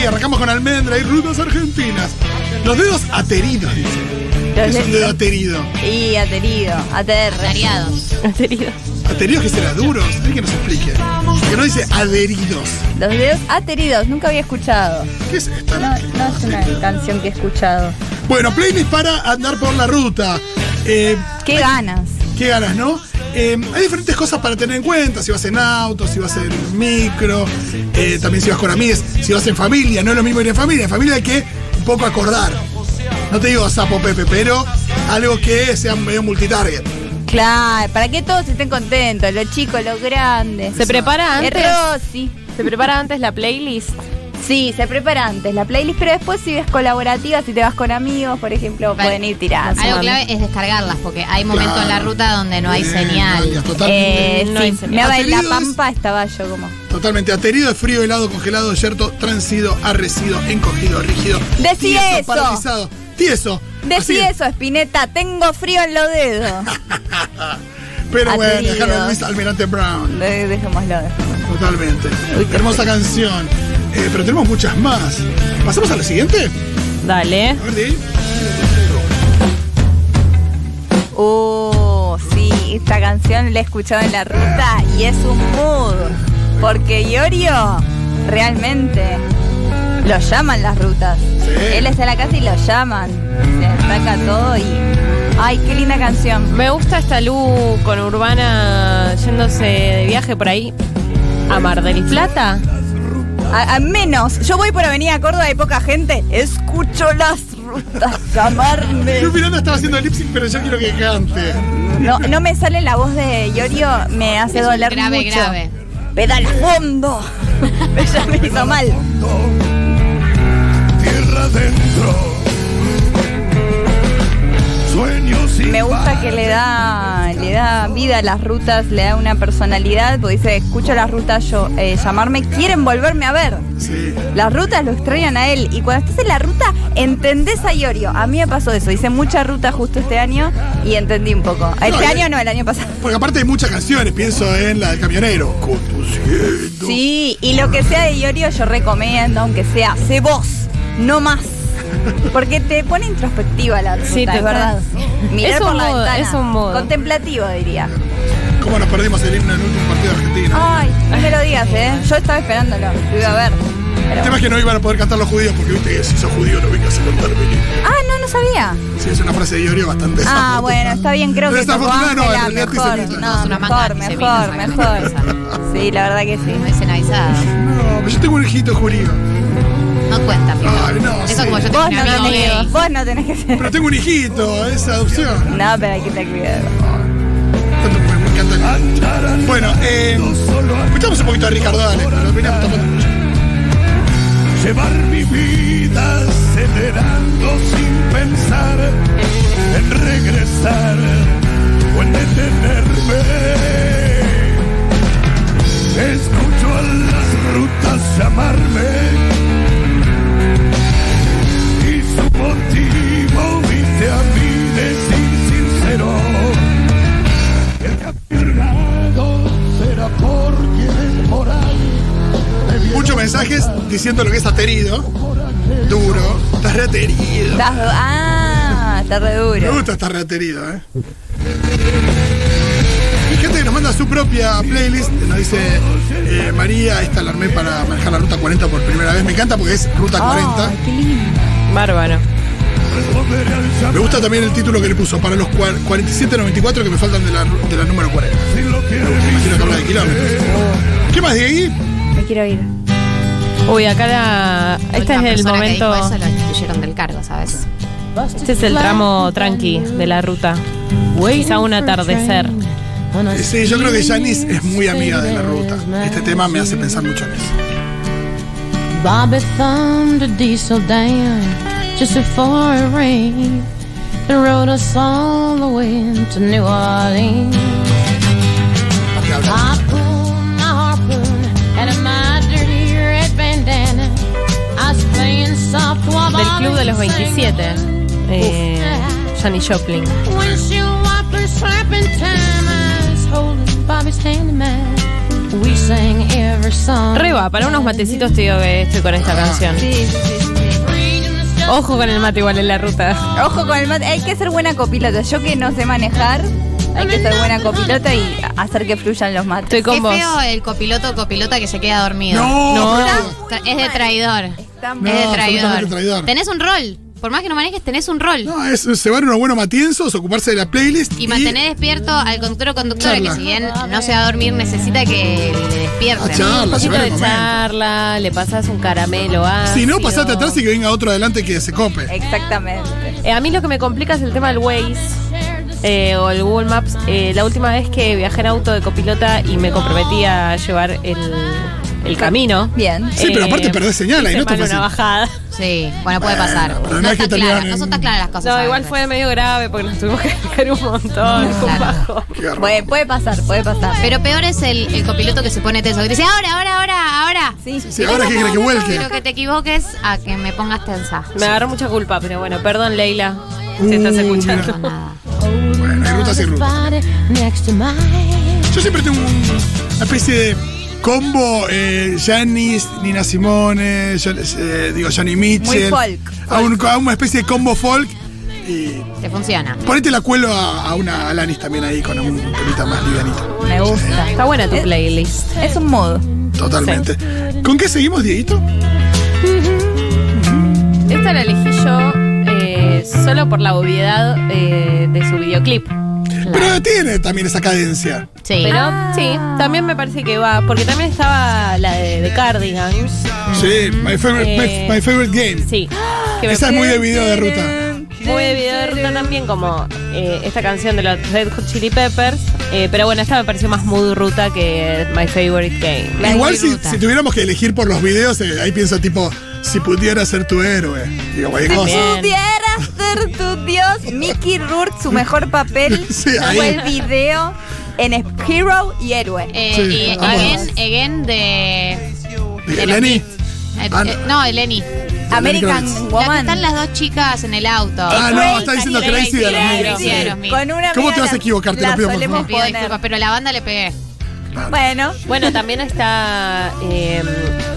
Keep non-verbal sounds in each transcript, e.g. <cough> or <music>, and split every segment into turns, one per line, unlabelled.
Trabajamos con almendra y rutas argentinas. Los dedos ateridos, dice. es
Los
un
dedos-
dedo aterido.
Y aterido, ater.
Variados.
Ateridos.
¿Ateridos que será duros? Alguien que nos explique. Que no dice adheridos.
Los dedos ateridos, nunca había escuchado.
¿Qué es esta?
No, no es una canción que he escuchado.
Bueno, playlist para andar por la ruta. Eh,
Qué ganas.
Qué ganas, ¿no? Eh, hay diferentes cosas para tener en cuenta, si vas en auto, si vas en micro, eh, también si vas con amigos, si vas en familia, no es lo mismo ir en familia, en familia hay que un poco acordar. No te digo sapo Pepe, pero algo que sea medio multitarget.
Claro, para que todos estén contentos, los chicos, los grandes.
¿Se prepara
Es
antes?
Rosy.
¿Se prepara antes la playlist?
Sí, se prepara antes la playlist, pero después si ves colaborativa, si te vas con amigos, por ejemplo,
Vale.
pueden ir tirando.
Algo clave es descargarlas, porque hay momentos en la
Claro.
ruta donde no hay
Bien,
señal.
gracias, Totalmente,
Eh,
No
sí,
hay señal.
me daba en la
Ateridos.
pampa, estaba yo como.
totalmente aterido, frío, helado, congelado, yerto, transido, arrecido, encogido, rígido.
Decí
tieso,
eso.
Paralizado, tieso.
Decí
Así.
eso, Espineta, tengo frío en los dedos.
Pero bueno,
Aterido.
dejaron Luis Almirante Brown.
De- <laughs> Dejémoslo. dejémoslo.
Totalmente.
Uy, qué
Hermosa canción. Eh, pero tenemos muchas más. ¿Pasamos a la siguiente?
Dale.
A ver, de ahí.
Oh, sí, esta canción la he escuchado en la ruta y es un mood. Porque Iorio realmente lo llaman las rutas. Él está en la casa y lo llaman. Se saca todo y. ¡Ay, qué linda canción!
Me gusta esta Lu con Urbana yéndose de viaje por ahí a Mar del Plata.
A, a menos, yo voy por Avenida Córdoba, hay poca gente. Escucho las rutas llamarme.
Yo Miranda estaba haciendo lipsync, pero yo quiero que cante.
No, no me sale la voz de Yorio, me hace
Es un
doler
grave,
mucho.
grave.
Pedal fondo. <laughs> Ella me hizo mal.
Tierra adentro. Sueños y
Me gusta que le da, le da vida a las rutas, le da una personalidad, porque dice, escucho las rutas yo eh, llamarme, quieren volverme a ver.
Sí.
Las rutas lo extrañan a él. Y cuando estás en la ruta, entendés a Iorio. A mí me pasó eso. Hice mucha ruta justo este año y entendí un poco. Este
eh.
año no, el año pasado.
Porque aparte hay muchas canciones, pienso en la del camionero. Conduciendo.
Sí, y lo que sea de Iorio yo recomiendo, aunque sea, sé vos, no más. Porque te pone introspectiva la ruta,
Sí,
es
total.
verdad. Mirar
Es un
por la
modo,
ventana.
es un modo.
Contemplativo, diría.
¿Cómo nos perdimos el himno en el último partido de Argentina?
Ay, no me lo digas, ¿eh? Yo estaba esperándolo, lo iba a ver.
El
pero-
tema es que no iban a poder cantar los judíos porque viste que si sos judío no vengas a cantar mi himno.
Ah, no, no sabía.
Sí, es una frase de Iorio bastante
Ah,
desafortunada.
bueno, está bien, creo que tocó
Desafortunada no,
Ángela,
en realidad
mejor.
antisemita.
No,
Es una manga
mejor,
antisemita,
mejor,
esa
mejor. Sí, la verdad que sí.
No dicen avisado.
No, pero yo tengo un hijito judío.
No cuenta, Fito.
Ay, no,
Eso
sí.
como yo tengo
Vos
un
no
amigo
tenés que,
gay.
vos no tenés que ser.
Pero tengo un hijito, es adopción.
No, pero hay que tener cuidado.
Tanto que me encanta. Bueno, eh, escuchamos un poquito a Ricardo Dale, pero opinamos tampoco mucho.
llevar mi vida acelerando sin pensar en regresar o en detenerme. Escucho a las rutas llamarme y su motivo dice a mí decir sincero. El capturado será porque es por ahí.
Muchos mensajes diciendo lo que es aterido. Duro. Estás reaterido.
Estás- Ah, está re
Me
duro.
gusta estar reaterido, ¿eh? Y gente que nos manda su propia playlist. Nos dice eh, María, esta la armé para manejar la ruta 40 por primera vez. Me encanta porque es ruta 40.
Ay, qué lindo.
Bárbaro.
Volveré al llamar.
Me gusta también el título que le puso para los cua- 4794 que me faltan de la, ru- de la número 40.
Si lo quiero
Me imagino que habla de kilómetros. ¿Qué más, Diego?
Me quiero ir.
Uy, acá la... Este
La
es el
persona que dijo
momento...
Eso lo instituyeron del cargo, ¿sabes?
Este es el tramo tranqui de la ruta. Quizá un atardecer.
Eh, Sí, yo creo que Janis es muy amiga de la ruta. Este tema me hace pensar mucho en eso.
Bobby thumbed a diesel down just before it rained and rode us all the way to New Orleans.
¿Qué habla?
Ah.
I pulled my harpoon out of my dirty red bandana. I was playing soft while
Del
Bobby
Club de los
sang
27. Eh, Johnny Joplin.
Windshield wipers slapping time. I was holding Bobby's hand in mine. We sang every song.
Reba, para unos matecitos te digo que estoy con esta canción.
Sí, sí, sí.
Ojo con el mate igual en la ruta.
Ojo con el mate. Hay que ser buena copilota. Yo que no sé manejar, hay que ser buena copilota y hacer que fluyan los mates.
Estoy con
Qué
vos.
feo el copiloto o copilota que se queda dormido.
No,
No.
pero-
Tra- Es de traidor.
Está
No,
muy-
es de
absolutamente
traidor.
traidor.
Tenés un rol. Por más que no manejes, tenés un rol.
no, es cebar unos buenos matienzos, ocuparse de la playlist.
Y mantener despierto al conductor o conductora
Charla.
que si bien no se va a dormir necesita que le
a
despierten.
Un
Ah, charla,
poquito
llevar el
de
momento.
charla, le pasas un caramelo ácido.
Si no, pasate atrás y que venga otro adelante que se
Eh,
cope.
Exactamente.
Eh, a mí lo que me complica es el tema del Waze eh, o el Google Maps. Eh, la última vez que viajé en auto de copilota y me comprometí a llevar el, el camino.
Bien.
Sí, pero aparte perdés señal ahí, no
hice
está
mal
fácil.
una bajada.
Sí, bueno, puede pasar.
pero no
No,
es
está
que te
clara,
lean-
no son tan claras las cosas.
No,
a
igual
veces.
fue medio grave porque nos tuvimos que cargar un montón con
Claro.
bajo.
Qué horror.
Puede, puede pasar, puede pasar.
Pero peor es el, el copiloto que se pone tenso, que te dice ahora, ahora, ahora, ahora.
Sí,
Sí, ahora que crees que vuelque.
Quiero que te equivoques a que me pongas tensa.
Me agarró mucha culpa, pero bueno, perdón, Leila,
Uh,
si estás
mira.
escuchando.
No, nada.
Bueno, hay rutas y rutas.
Body next to mine.
Yo siempre tengo un- una especie de combo eh, Janis, Nina Simone, yo- eh, digo, Johnny Mitchell.
folk.
A, un- a una especie de combo folk. Y
Te funciona.
ponete la cuelo a, a una Alanis también ahí con un pelita más livianito.
Me gusta.
Está buena tu playlist.
Es un modo.
Totalmente. ¿Con qué seguimos, Dieguito?
Esta la elegí yo eh, solo por la obviedad eh, de su videoclip.
Pero tiene también esa cadencia.
Sí. Ah.
Pero sí, también me parece que va, porque también estaba la de, de Cardigan.
Sí, my favorite,
Eh,
my, my favorite game.
Sí, que me
Esa es muy de video de ruta.
muy de video de ruta también, como eh, esta canción de los Red Hot Chili Peppers. Eh, pero bueno, esta me pareció más mood ruta que My Favorite Game.
La
Igual
de
si,
ruta.
si tuviéramos que elegir por los videos, eh, ahí pienso tipo, si pudiera ser tu héroe. Digo, cualquier cosa.
Bien.
Pudiera ser tu dios, Mickey Rourke, su mejor papel
<laughs> Sí, ahí.
fue el video en Hero y Héroe.
Eh,
Sí,
y
ambos.
again, again de.
Dije,
de los
Lenny.
Beats. Eh,
Ah,
eh, no, Eleni.
American
American
La que están
Woman.
las dos chicas en el auto.
Ah, no, está diciendo
Crazy,
Crazy de los
Crazy,
Beatles, sí.
de los Beatles.
Con una
¿Cómo
amiga
te vas a
la-
equivocar? Te lo
la
pido, por
solemos
favor.
Pido
poner.
disculpas, pero la banda le pegué.
Bueno,
Bueno, también está eh,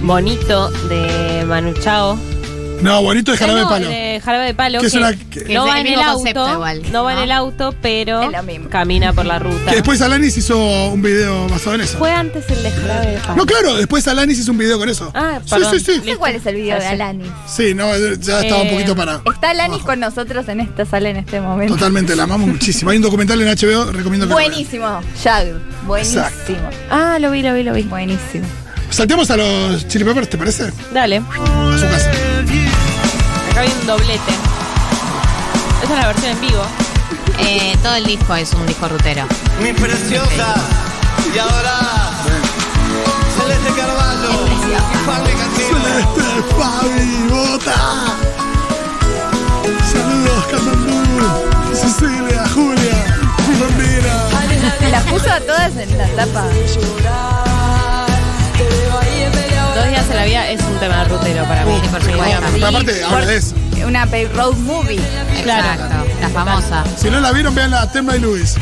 Bonito de Manu Chao. Eh,
No, bonito de jarabe de
No,
palo.
de Jarabe de Palo.
Que
Que
es una- que-
no
Que es
va
el
en el
mismo
auto.
concepto igual,
no va en
¿no?
el auto, pero
Es lo mismo.
camina por la ruta.
Que después Alanis hizo un video basado en eso.
Fue antes el de Jarabe de Palo.
No, claro, después Alanis hizo un video con eso.
Ah,
sí,
perdón.
sí, sí.
no sé cuál es el video de Alanis.
Sí, no, ya estaba un
Eh,
poquito parado.
Está Alanis con nosotros en esta sala en este momento.
Totalmente, la amamos muchísimo. Hay un documental en HBO, recomiendo que lo vean.
Buenísimo, Jag. Buenísimo.
Ah, lo vi, lo vi, lo vi.
Buenísimo.
Saltemos a los Chili Peppers, ¿te parece?
Dale.
A su casa.
Acá hay un doblete. Esa es la versión en vivo.
Eh, todo el disco es un disco rutero.
Mi preciosa y ahora Celeste Carvalho, Fabi Cantino.
Celeste, Fabi, Bota. Saludos, Camandú. Cecilia, Julia, Romina.
Las puso a todas en la tapa.
Dos días en la vida es un tema rutero para mí.
Sí, por supuesto.
Pero aparte, habla de eso.
Una pe- road movie.
Exacto. La famosa.
Si no la vieron, vean la Tema y Luis.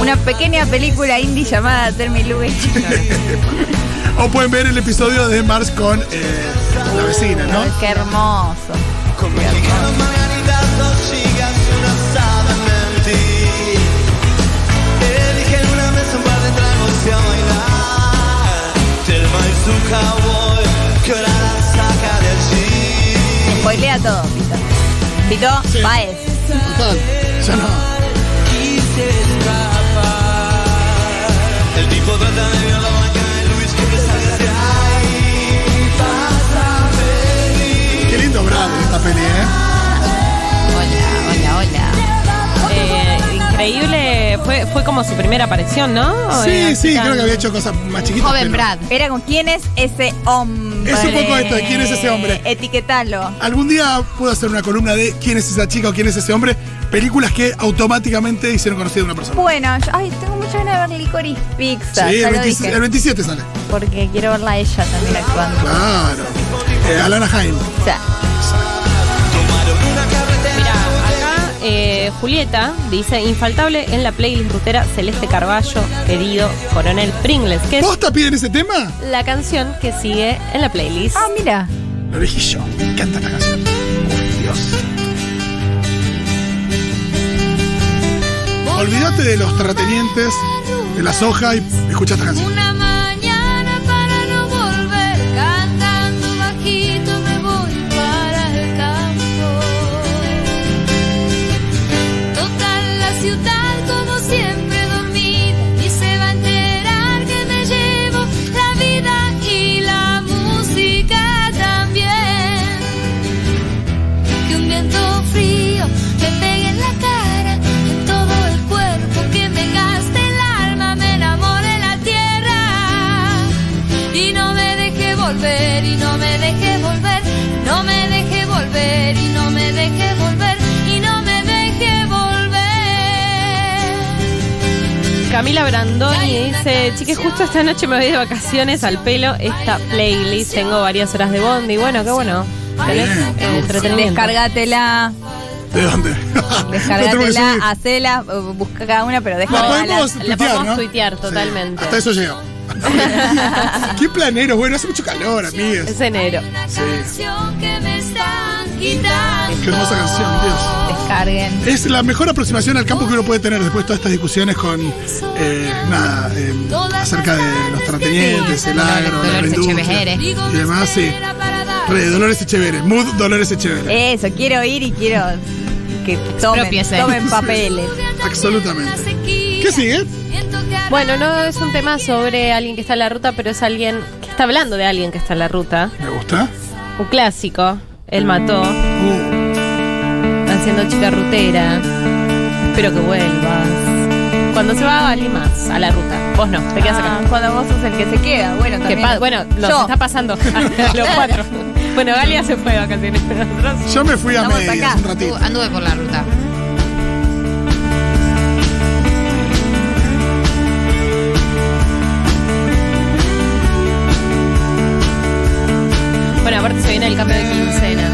Una pequeña película indie llamada Termi
O pueden ver el episodio de Mars con eh, la vecina, ¿no?
Qué hermoso.
Dos margaritas, dos chicas y una sábana Elige en una mesa un par de tragos y a bailar Telma y su cowboy, que ahora la saca de allí
Spoilea todo, Pito. Pito, Paez.
Ya no.
y se escapa El tipo trata de violar la banca de Luis que sale de ahí
Qué lindo Brad esta peli, ¿eh?
Hola, hola, hola.
Eh, increíble. Fue, fue como su primera aparición, ¿no? Eh,
Sí, sí,
tan-
creo que había hecho cosas más chiquitas.
Joven
pero-
Brad.
Era con quién es ese hombre.
Es un poco esto, ¿quién es ese hombre?
Etiquetalo.
Algún día puedo hacer una columna de quién es esa chica o quién es ese hombre. Películas que automáticamente hicieron conocida a una persona.
Bueno, yo- ay, tengo mucha ganas de ver Licorice Pizza.
Sí,
ya
el,
lo
26
dije.
el 27 sale.
Porque quiero verla a ella también actuando.
Claro. Eh, Alana Haim.
O sea,
Tomaron una carretera
Mira, acá eh, Julieta dice, infaltable en la playlist rutera Celeste Carballo, querido coronel Pringles, que es
¿Posta piden ese tema?
la canción que sigue en la playlist.
Ah, mira.
Lo dije yo. Me encanta esta canción. Uy, Dios. Olvídate de los terratenientes, de la soja y escucha esta canción.
Una mañana para no volver, cantando bajito me voy para el campo. Total la ciudad como siempre dormida y se va a enterar que me llevo la vida y la música también. Que un viento frío me pegue en la cara, en todo el cuerpo, que me gaste el alma, me enamore la tierra. Y no me deje volver, y no me deje volver, no me deje volver, y no me deje volver, y no me deje volver.
Camila Brandoni dice, chiques, justo esta noche me voy de vacaciones al pelo esta playlist, tengo varias horas de bondi, bueno, qué bueno. Tenés,
Bien,
eh, entretenimiento.
Descargatela,
¿De
<laughs>
dónde? Lo tengo que subir.
descargatela, hacela, bu- busca cada una, pero
La
dejala.
podemos
la
tuitear,
podemos
¿no?
tuitear
Sí,
totalmente.
hasta eso
<laughs>
llega. <laughs> Qué planero, bueno, hace mucho calor, amigues.
Es enero.
Una canción que me están quitando.
Qué hermosa canción, Dios.
Descarguen.
Es la mejor aproximación al campo que uno puede tener después de todas estas discusiones con eh, nada eh, acerca de los terratenientes, el agro, la
Dolores
agroindustria
Echeverri.
y demás, sí. Re, Dolores Echeverri, Mood Dolores Echeverri.
Eso, quiero ir y quiero que tomen,
Expropiese.
tomen
<laughs>
papeles.
Absolutamente. ¿Qué sigue?
Bueno, no es un tema sobre alguien que está en la ruta, pero es alguien que está hablando de alguien que está en la ruta.
Me gusta.
Un clásico. Él mató,
Uh,
haciendo chica rutera. Espero que vuelvas. Cuando se va, alguien más a la ruta. Vos no, te quedas
Ah,
acá.
cuando vos sos el que se queda, bueno,
Que
también.
pa- bueno, nos
Yo.
está pasando. <laughs> Los
<laughs>
cuatro. Bueno, Galia se fue de vacaciones. Nosotros-
yo me fui a
Estamos
medias
acá.
un ratito.
Anduve por la ruta.
Bueno, aparte se viene el cambio de quincena.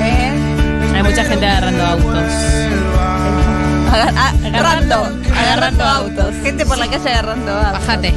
¿Eh?
Hay mucha gente agarrando autos.
Agar- ah, agarrando, agarrando autos. Gente por la calle agarrando autos.
Bajate.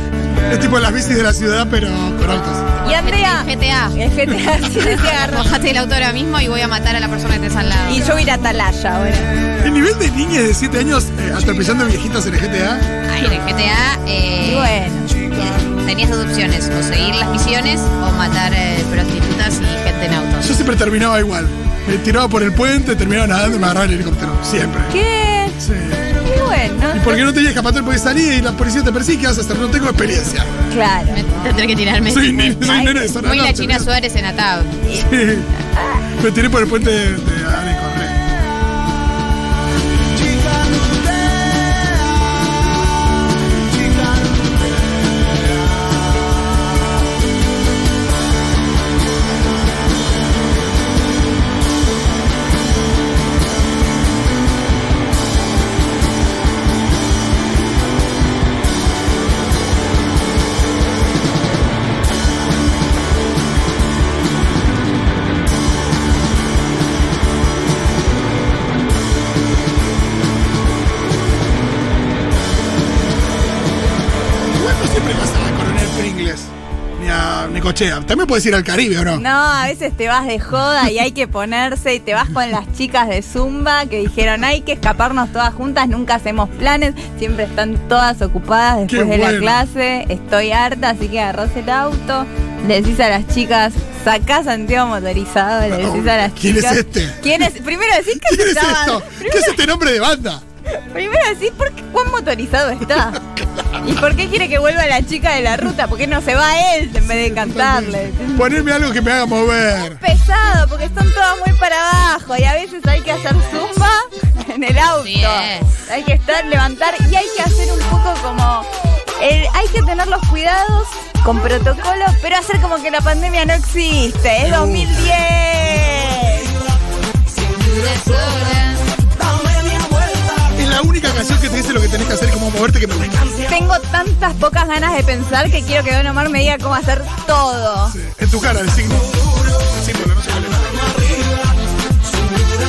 Es tipo las bicis de la ciudad, pero con autos.
Y Andrea,
GTA.
el GTA sí se agarra.
Bajate del auto ahora mismo y voy a matar a la persona que te al lado.
Y yo voy a ir a Atalaya ahora.
El nivel de niñas de 7 años eh, atropellando viejitas en el GTA.
Ay, en el GTA eh,
Y bueno, eh.
tenías dos opciones, o seguir las misiones o matar eh, prostitutas y gente en autos.
Yo siempre terminaba igual. Me tiraba por el puente, terminaba nadando y me agarraba el helicóptero. Siempre.
¿qué?
Sí.
Y
¿Y
bueno,
por qué no tenía escapatoria? Porque salí y la policía te persigue. ¿Qué vas a hacer? No tengo experiencia.
claro.
Me- Tendré que tirarme.
Soy, ni- soy nene de zona
Muy la
norte,
China
¿verdad?
Suárez en atado.
Sí. Me tiré por el puente de, de Adán y Correa. Igual no siempre vas a Coronel Pringles ni a Necochea. También puedes ir al Caribe, ¿o no?
No, a veces te vas de joda y hay que ponerse y te vas con las chicas de Zumba que dijeron hay que escaparnos todas juntas, nunca hacemos planes, siempre están todas ocupadas después
Qué
de
bueno.
la clase, estoy harta, así que agarrás el auto, le decís a las chicas, sacá Santiago motorizado, le decís a las
¿Quién es
chicas.
este?
¿Quién es? Primero decís
<laughs>
que
¿Qué es
estaban-
esto? ¿Qué es este nombre de banda?
Primero decís por qué cuán
<laughs>
motorizado está. ¿Y por qué quiere que vuelva la chica de la ruta? ¿Por qué no se va él en vez de cantarle?
Ponerme algo que me haga mover.
pesado porque están todas muy para abajo y a veces hay que hacer zumba en el auto.
Sí es.
Hay que estar, levantar y hay que hacer un poco como. el- hay que tener los cuidados con protocolo, pero hacer como que la pandemia no existe. Es 2010.
Es la única canción que te dice lo que tenés que hacer y cómo moverte que me gusta.
Tengo tantas pocas ganas de pensar que quiero que Don Omar me diga cómo hacer todo.
Sí. En tu cara, el signo. El símbolo, no sé cuál es.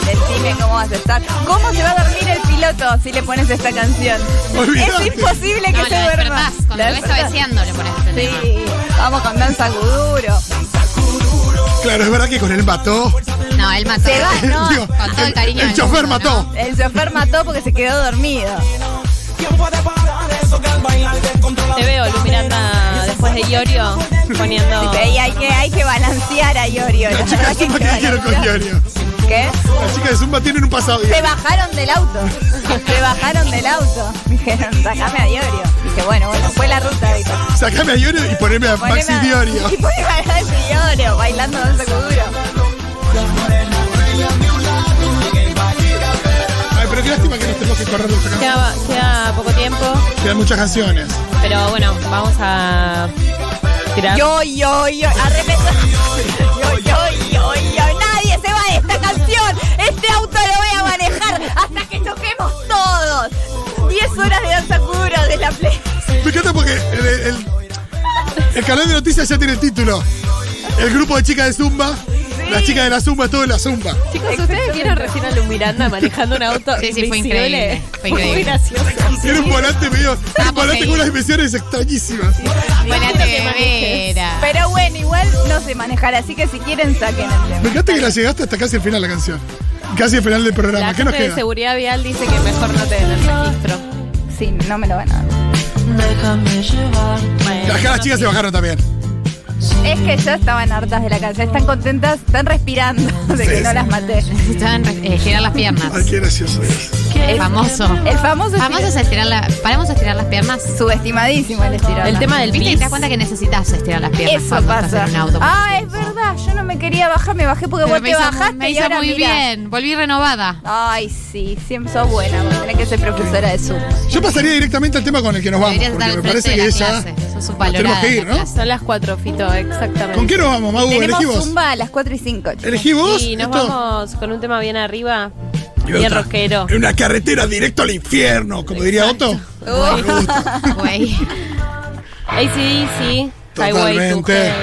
Decime bien cómo vas a estar. ¿Cómo se va a dormir el piloto si le pones esta canción?
Olvídate.
Es imposible que
No, lo
se duerma.
despertás. Cuando
La
lo ves
despertás.
cabeceando le pones este tema.
Sí, vamos con danza guduro.
Claro, es verdad que con él mató.
Ah, No, él mató.
Se va,
<laughs>
<laughs>
no.
Digo,
Con todo el cariño del
chofer
mundo,
mató.
¿no?
El chofer mató porque se quedó dormido.
Te veo, Lu Miranda, después de Iorio, poniendo.
Ah.
Así que ahí hay que, hay que balancear a Iorio.
La chica de
verdad que hay
Zumba que
que
quiero con
balancear.
Iorio.
¿Qué?
La chica de Zumba tiene un pasado.
Se bajaron del auto. Se bajaron del auto. <laughs> Dijeron, sacame a Iorio. Dije, bueno, bueno, fue la ruta. Dijo.
Sacame a Iorio y poneme a Maxi
Poneme a-
Diorio.
<laughs> Y poneme a Maxi Diorio bailando danza guduro.
Ay, pero qué lástima que nos tenemos que correr de esta canción.
Queda, queda poco tiempo,
Quedan muchas canciones.
pero bueno, vamos a tirar.
Yo, yo, yo. Arrepentir. Yo, yo, yo, yo. Nadie se va de esta canción. Este auto lo voy a manejar hasta que toquemos todos. 10 horas de danza cuduro de la play.
Me encanta porque el, el- el canal de noticias ya tiene el título. El grupo de chicas de Zumba. Las chicas de la Zumba, es todo de la Zumba.
Chicos, ¿ustedes vieron recién a Lu Miranda manejando un auto?
Sí, sí, fue
invisible?
increíble, fue increíble.
Muy gracioso.
Tiene un volante medio. Tiene un volante
feliz.
con unas dimensiones extrañísimas.
Buena
Quiero que manejes.
tevera.
Pero bueno, igual no sé manejar, así que si quieren saquen el tema.
Me encanta que la llegaste hasta casi el final de la canción. Casi el final del programa.
La
¿Qué nos
gente de
queda?
seguridad vial dice que mejor no te den el registro.
Sí, no me lo van a dar.
Bueno,
Las caras chicas se bajaron también.
Es que ya estaban hartas de la canción, están contentas, están respirando de que no las maté.
Estaban re- eh, girar las piernas.
Ay, qué gracioso es.
El famoso.
El famoso
Famoso es estirar la, paramos a estirar las piernas.
subestimadísimo el estirón.
El tema del
Viste y
bis.
te das cuenta que necesitas estirar las piernas
Eso
cuando
pasa.
estás en un auto.
Ah, es verdad, yo no me quería bajar, me bajé porque
Pero
vos
me
te
hizo,
bajaste
me
y
hizo
ahora
muy
mirá.
bien. Volví renovada.
Ay, sí, siempre sos buena, vos tenés que ser profesora de Zoom.
Yo pasaría directamente al tema con el que nos vamos.
Deberías estar
Porque
al
me
frente
parece
de
que
la
ella.
clase. Sos
Tenemos
un valorada
que
en
ir,
la
¿no?
clase.
Son las cuatro, Fito, exactamente.
¿Con qué nos vamos, Magu?
Tenemos
Elegí vos.
Zumba a las 4 y 5, chicos.
Elegí vos.
Y nos
esto.
vamos con un tema bien arriba,
Y
bien
otra.
rockero.
En una carretera directo al infierno, como diría Otto.
Uy.
Me gusta. <laughs>
Güey.
ACDC, Highway to
Totalmente.
Hell.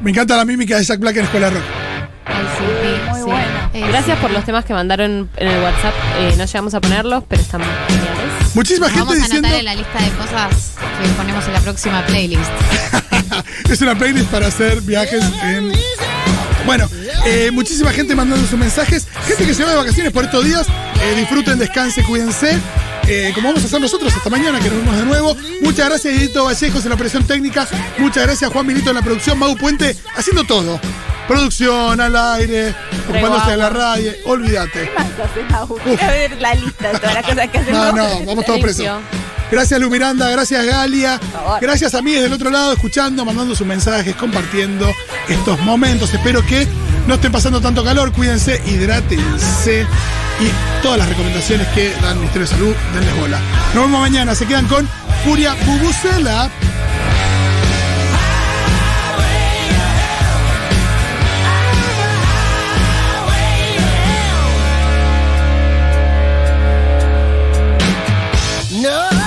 Me encanta la mímica de Jack Black en Escuela Rock.
Ay, sí, sí,
Muy
sí.
bueno.
Eh,
Gracias por los temas que mandaron en el WhatsApp. Eh, no llegamos a ponerlos, pero están geniales.
Muchísima
Vamos
gente
a
diciendo.
anotar en la lista de cosas que ponemos en la próxima playlist.
es una playlist para hacer viajes en. Bueno, eh, muchísima gente mandando sus mensajes. Gente que se va de vacaciones por estos días. Eh, disfruten, descansen, cuídense. Eh, como vamos a hacer nosotros hasta mañana, que nos vemos de nuevo. Muchas gracias, Edito Vallejos en la operación técnica. Muchas gracias, Juan Milito en la producción. Mau Puente haciendo todo: producción, al aire, ocupándose de la radio. Olvídate.
Quiero ver la lista de todas las cosas que
No,
hacemos.
no, vamos todos presos.
Limpio.
Gracias Lu Miranda, gracias Galia,
favor.
gracias a mí del otro lado, escuchando, mandando sus mensajes, compartiendo estos momentos. Espero que no estén pasando tanto calor, cuídense, hidrátense y todas las recomendaciones que dan el Ministerio de Salud, denles bola. Nos vemos mañana, se quedan con Furia Bubucela.
No.